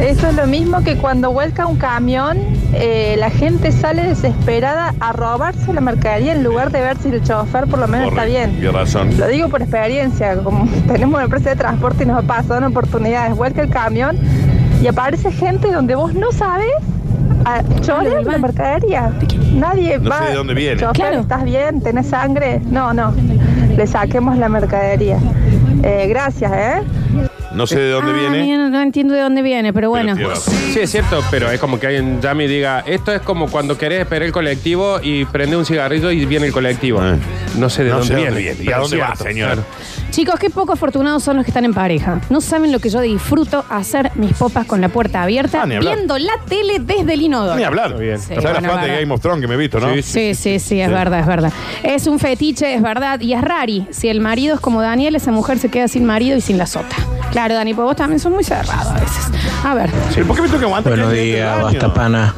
Eso es lo mismo que cuando vuelca un camión, eh, la gente sale desesperada a robarse la mercadería en lugar de ver si el chofer por lo menos está bien.
Qué razón.
Lo digo por experiencia, como tenemos una empresa de transporte y nos pasan oportunidades, vuelca el camión y aparece gente donde vos no sabes a chorear la mercadería. Nadie
No
va.
sé de dónde viene.
Chofer,
Claro.
¿estás bien? ¿Tenés sangre? No, no. Le saquemos la mercadería. Eh, gracias, ¿eh?
No sé de dónde
Ah,
viene.
mira, no entiendo de dónde viene, pero bueno.
Sí, es cierto, pero es como que alguien llame y diga, esto es como cuando querés esperar el colectivo y prende un cigarrillo y viene el colectivo. No sé de
Eh. No
dónde,
sé de
viene.
dónde viene. ¿Y
pero
a
es
dónde va,
cierto,
señor?
claro.
Chicos, qué poco afortunados son los que están en pareja. No saben lo que yo disfruto hacer mis popas con la puerta abierta,
Ah, ni hablar.
viendo la tele desde el inodoro.
Ni hablar.
Sí,
¿Sabes la
bueno,
falta de
verdad.
Game of Thrones que me he visto, no?
Sí, sí, sí, es verdad, es verdad. Es un fetiche, es verdad, y es rari. Si el marido es como Daniel, esa mujer se queda sin marido y sin la sota. Claro, Dani, pues vos también son muy cerrados a veces. A ver.
¿Por qué me toca aguantar?
Buenos días, basta pana.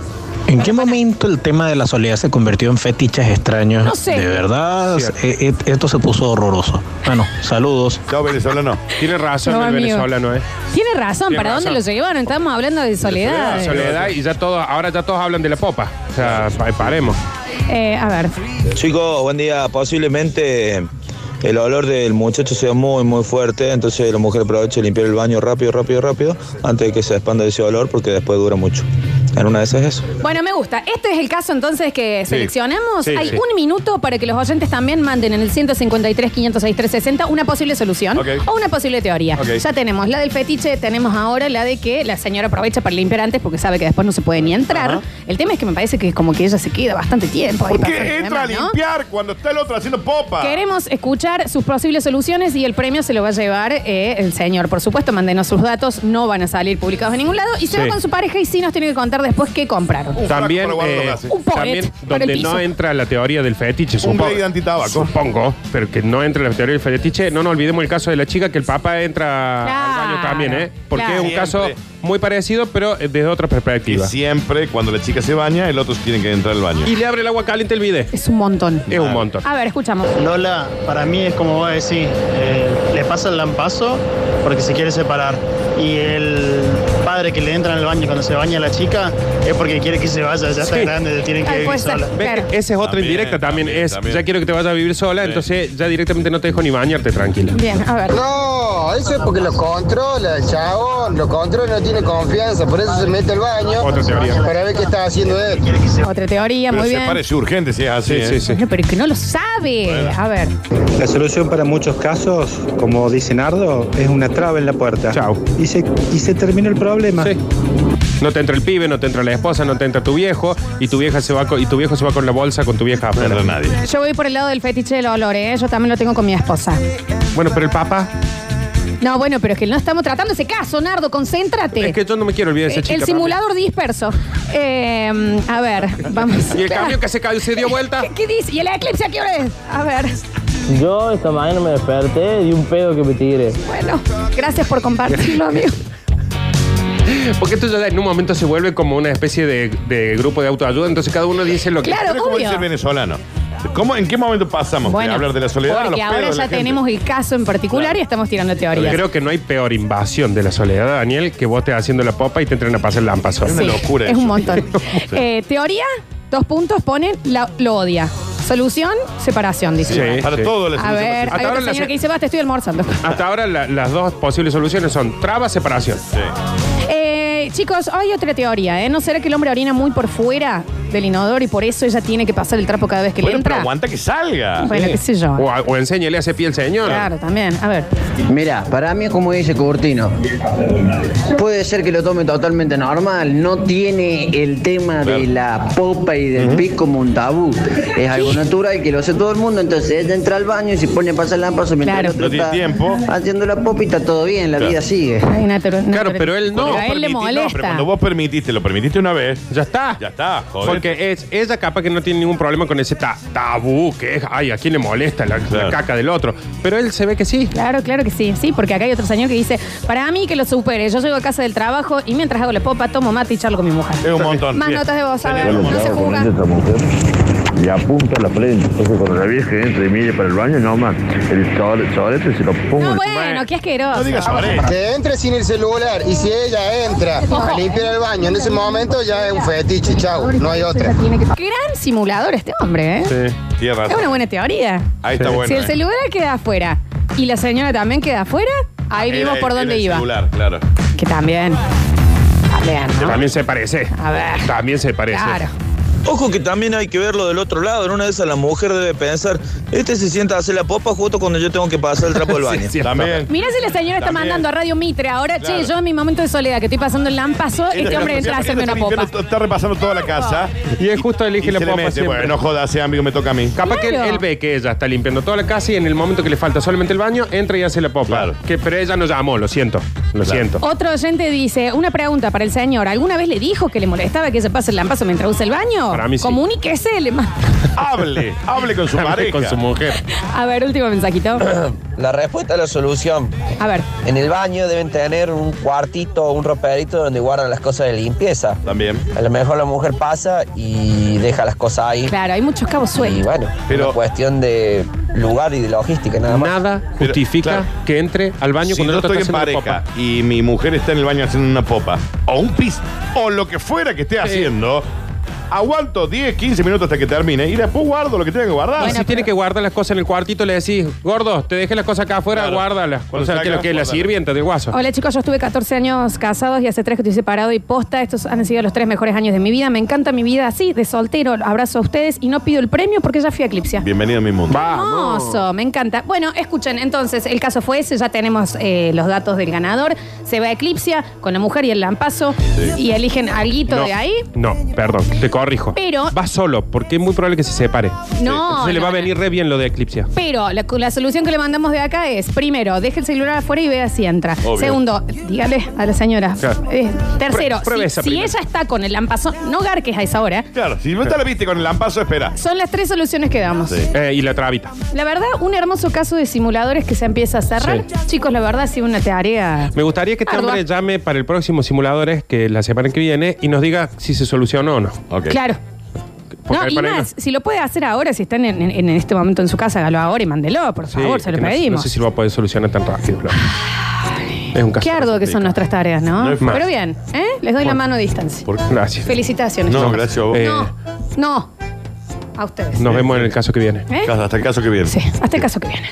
¿En qué momento el tema de la soledad se convirtió en fetiches extraños?
No sé.
De verdad, eh, eh, esto se puso horroroso. Bueno, saludos.
Chao, venezolano.
Tiene razón
No,
el
amigo.
venezolano, ¿eh?
Tiene razón,
Tiene
¿para
razón.
dónde lo llevaron? Estamos hablando de soledad.
Soledad y ya todos, ahora ya todos hablan de la popa. O sea, pa- paremos.
Eh, a ver.
Chicos, buen día. Posiblemente el olor del muchacho sea muy, muy fuerte, entonces la mujer aprovecha y limpiar el baño rápido, rápido, rápido, antes de que se expanda ese olor, porque después dura mucho. En una de esas es eso.
Bueno, me gusta. Este es el caso entonces que
Sí.
seleccionamos.
Sí,
Hay
sí.
un minuto para que los oyentes también manden en el 153 506 360 una posible solución
Ok.
o una posible teoría.
Ok.
Ya tenemos la del fetiche, tenemos ahora la de que la señora aprovecha para limpiar antes porque sabe que después no se puede ni entrar. El tema es que me parece que es como que ella se queda bastante tiempo ahí.
¿Por
para hacer
qué entra a
demás, ¿no?
limpiar cuando está el otro haciendo popa?
Queremos escuchar sus posibles soluciones y el premio se lo va a llevar eh, el señor. Por supuesto, mándenos sus datos, no van a salir publicados en ningún lado. Y se
Sí.
va con su pareja y sí nos tiene que contar después qué comprar.
También, eh,
Un poet
también
para el
donde
piso.
no entra la teoría del fetiche, supongo.
blade antitabaco.
Supongo, pero que no entra la teoría del fetiche. No nos olvidemos el caso de la chica que el papá entra al baño
Claro,
también, ¿eh? Porque
claro.
es un caso
Siempre.
muy parecido, pero eh, desde otra
Que
perspectiva.
siempre, cuando la chica se baña, el otro tiene que entrar al baño.
Y le abre el agua caliente el bidet.
Es un montón.
Es un montón.
A ver, escuchamos.
Lola, para mí es como vos decís, eh, le pasa el lampazo porque se quiere separar. Y el padre que le entra en el baño cuando se baña la chica es porque quiere que se vaya, ya está
Sí.
grande, tienen que vivir sola.
¿Ves? Esa es otra indirecta también. es, Ya quiero que te vayas a vivir sola, entonces ya directamente no te dejo ni bañarte, tranquila.
Bien, a ver.
No, eso es porque lo controla el chabón, lo controla, no tiene confianza, por eso se mete al baño
Otra teoría.
para ver qué está haciendo él.
Otra teoría,
Pero
muy
se
bien.
parece urgente si es así. ¿eh?
Bueno, pero es que no lo sabe. A ver.
La solución para muchos casos, como dice Nardo, es una traba en la puerta. Chao. Y se, y se terminó el problema.
No te entra el pibe, no te entra la esposa, no te entra tu viejo y tu vieja se va con, y tu viejo se va con la bolsa con tu vieja afuera.
nadie.
Yo voy por el lado del fetiche del olor, ¿eh? Yo también lo tengo con mi esposa.
Bueno, pero el papá,
No, bueno, pero es que no estamos tratando ese caso, Nardo, concéntrate.
es que yo no me quiero olvidar de esa
Eh,
chica.
el
papi.
simulador disperso. Eh, a ver, vamos.
Y el cambio que se cayó se dio vuelta.
¿Qué, qué dice? ¿Y el eclipse a qué hora es? A ver,
Yo esta mañana me desperté de un pedo que me tiré.
bueno, gracias por compartirlo, amigo.
Porque esto ya en un momento se vuelve como una especie de, de grupo de autoayuda, entonces cada uno dice lo que
Claro,
Pero
obvio.
El venezolano. ¿Cómo, ¿En qué momento pasamos
Bueno,
de hablar de la soledad a los
Porque
pedos
ahora
de la
ya
gente?
tenemos el caso en particular y estamos tirando teorías.
Creo que no hay peor invasión de la soledad, Daniel, que vos te vas haciendo la popa y te entren a pasar lampazo.
Sí, Es un montón. Eh, teoría, dos puntos, ponen, la- lo odia. Solución, separación, dice.
Sí, Para sí. todo la
A
solución,
ver,
separación.
hay
Hasta
otra
ahora la
señora
se-
que dice, basta, estoy almorzando.
Hasta ahora la- las dos posibles soluciones son traba, separación.
Eh, chicos, hay otra teoría, ¿eh? ¿No será que el hombre orina muy por fuera del inodoro y por eso ella tiene que pasar el trapo cada vez que
Bueno,
le entra?
pero aguanta
que salga.
Bueno, qué sé yo.
O, a- o enséñale a hacer piel, señor.
Claro, también. A ver.
Mira, para mí es como dice Curtino. Puede ser que lo tome totalmente normal. No tiene el tema de la popa y del pis como un tabú. Es algo natural que lo hace todo el mundo. Entonces ella entra al baño y se pone a pasar la paso mientras
Claro.
el otro
No tiene
está haciendo la popa y está todo bien. La
Claro.
vida sigue.
Hay una teoría.
Claro, pero él
Cuando
Pero
vos
a él le
permitís- no, pero
molesta.
cuando vos permitiste, lo permitiste una vez.
Ya está.
Ya está, joder.
Porque es, ella capaz que no tiene ningún problema con ese ta- tabú que es, ay, ¿a quién le molesta la, la caca del otro? Pero él se ve que sí.
Claro, claro que sí, sí, porque acá hay otro señor que dice, para mí que lo supere, yo llego a casa del trabajo y mientras hago la popa tomo mate y charlo con mi mujer.
Es un montón.
Más
Bien.
notas de voz, a ver,
Yo lo que
no se
hago con
juzga.
esta mujer, le apunto a la frente. Entonces, cuando la vieja entre y mire para el baño, no más. El chor- chorete se lo pongo.
No,
en-
bueno, qué asqueroso. Ah,
Que entre sin el celular y si ella entra a limpiar el baño en ese momento ya es un fetiche, chau, no hay otra.
Gran simulador este hombre, ¿eh?
Sí, tienes razón.
Es una buena teoría.
Ahí está bueno,
Si el
eh.
celular queda afuera y la señora también queda afuera, ahí
Era-
vimos por
era
dónde
Eh, el
iba.
celular, claro.
Que también. También, ¿no?
También se parece.
A ver.
También se parece.
Claro.
Ojo que también hay que verlo del otro lado. En una de esas la mujer debe pensar, este se sienta a hacer la popa justo cuando yo tengo que pasar el trapo del baño.
también.
Mirá si la señora está
También.
mandando a Radio Mitre ahora,
Claro.
che, yo en mi momento de soledad que estoy pasando el lampazo,
Ella
este
está-
hombre entra a
ella
hacerme
está
una popa.
limpiando, Está repasando toda la casa.
Y él justo elige
y
la
se le
popa
mete,
siempre.
Bueno, no jodas, ese amigo me toca a mí.
Capaz que él, él ve que ella está limpiando toda la casa y en el momento que le falta solamente el baño, entra y hace la popa. Que, pero ella no llamó, lo siento. Lo siento.
Otro oyente dice, una pregunta para el señor. ¿Alguna vez le dijo que le molestaba que se pase el lampazo mientras usa el baño?
Para mí sí.
Comuníquese, le manda.
Hable, hable con su
pareja.
Con su mujer.
A ver, último mensajito.
La respuesta a la solución.
A ver.
En el baño deben tener un cuartito o un roperito donde guardan las cosas de limpieza.
También.
A lo mejor la mujer pasa y deja las cosas ahí.
Claro, hay muchos cabos sueltos.
Y bueno, una cuestión de lugar y de logística nada más.
Nada justifica que entre al baño
si
cuando el
yo
otro
estoy en
está haciendo
pareja y mi mujer está en el baño haciendo una popa, o un pis, o lo que fuera que esté haciendo, aguanto 10, 15 minutos hasta que termine y después guardo lo que tenga que guardar.
Y si tiene que guardar las cosas en el cuartito, le decís, gordo, te dejé las cosas acá afuera,
Claro.
guárdalas. O
Cuando
sea, que
salga,
lo que es la
guárdala.
sirvienta del guaso.
Hola chicos, yo estuve 14 años casados y hace tres que estoy separado y posta, estos han sido los tres mejores años de mi vida. Me encanta mi vida así, de soltero. Abrazo a ustedes y no pido el premio porque ya fui a Eclipse.
Bienvenido a mi mundo.
Hermoso, me encanta. Bueno, escuchen, entonces el caso fue ese, ya tenemos eh, los datos del ganador. Se va a Eclipse con la mujer y el lampazo y eligen alguito
No,
de ahí.
No, perdón, te corrijo.
Pero-
Va solo, porque es muy probable que se separe.
No,
Se le va a
no,
venir re bien lo de eclipsia.
Pero la, la solución que le mandamos de acá es, primero, deje el celular afuera y vea si entra.
Obvio.
Segundo, dígale a la señora.
Claro.
Eh, tercero,
Prue- pruebe
si,
esa
si
primero.
ella está con el lampazón, no garques a esa hora.
Claro, si no te la viste con el lampazo, espera.
Son las tres soluciones que damos.
Eh, y la trabita.
La verdad, un hermoso caso de simuladores que se empieza a cerrar. Chicos, la verdad ha sido una tarea.
Me gustaría que este
Ardua.
hombre llame para el próximo Simuladores, que la semana que viene, y nos diga si se solucionó o no.
Claro.
Porque
no, y
para ahí
más, si lo puede hacer ahora, si están en, en- en este momento en su casa, hágalo ahora y mándelo, por
Sí,
favor, se lo
porque no- No,
pedimos.
sé si lo va a poder solucionar tan rápido. claro. Es un caso.
Qué arduo que son nuestras tareas, ¿no?
No es fácil.
Pero bien, ¿eh? Les doy la
Bueno.
mano a distancia.
Por- Gracias.
Felicitaciones.
gracias a vos.
Eh,
No, a ustedes.
Nos vemos en el caso que viene.
¿Eh?
Hasta el caso que viene.
Hasta el caso que viene.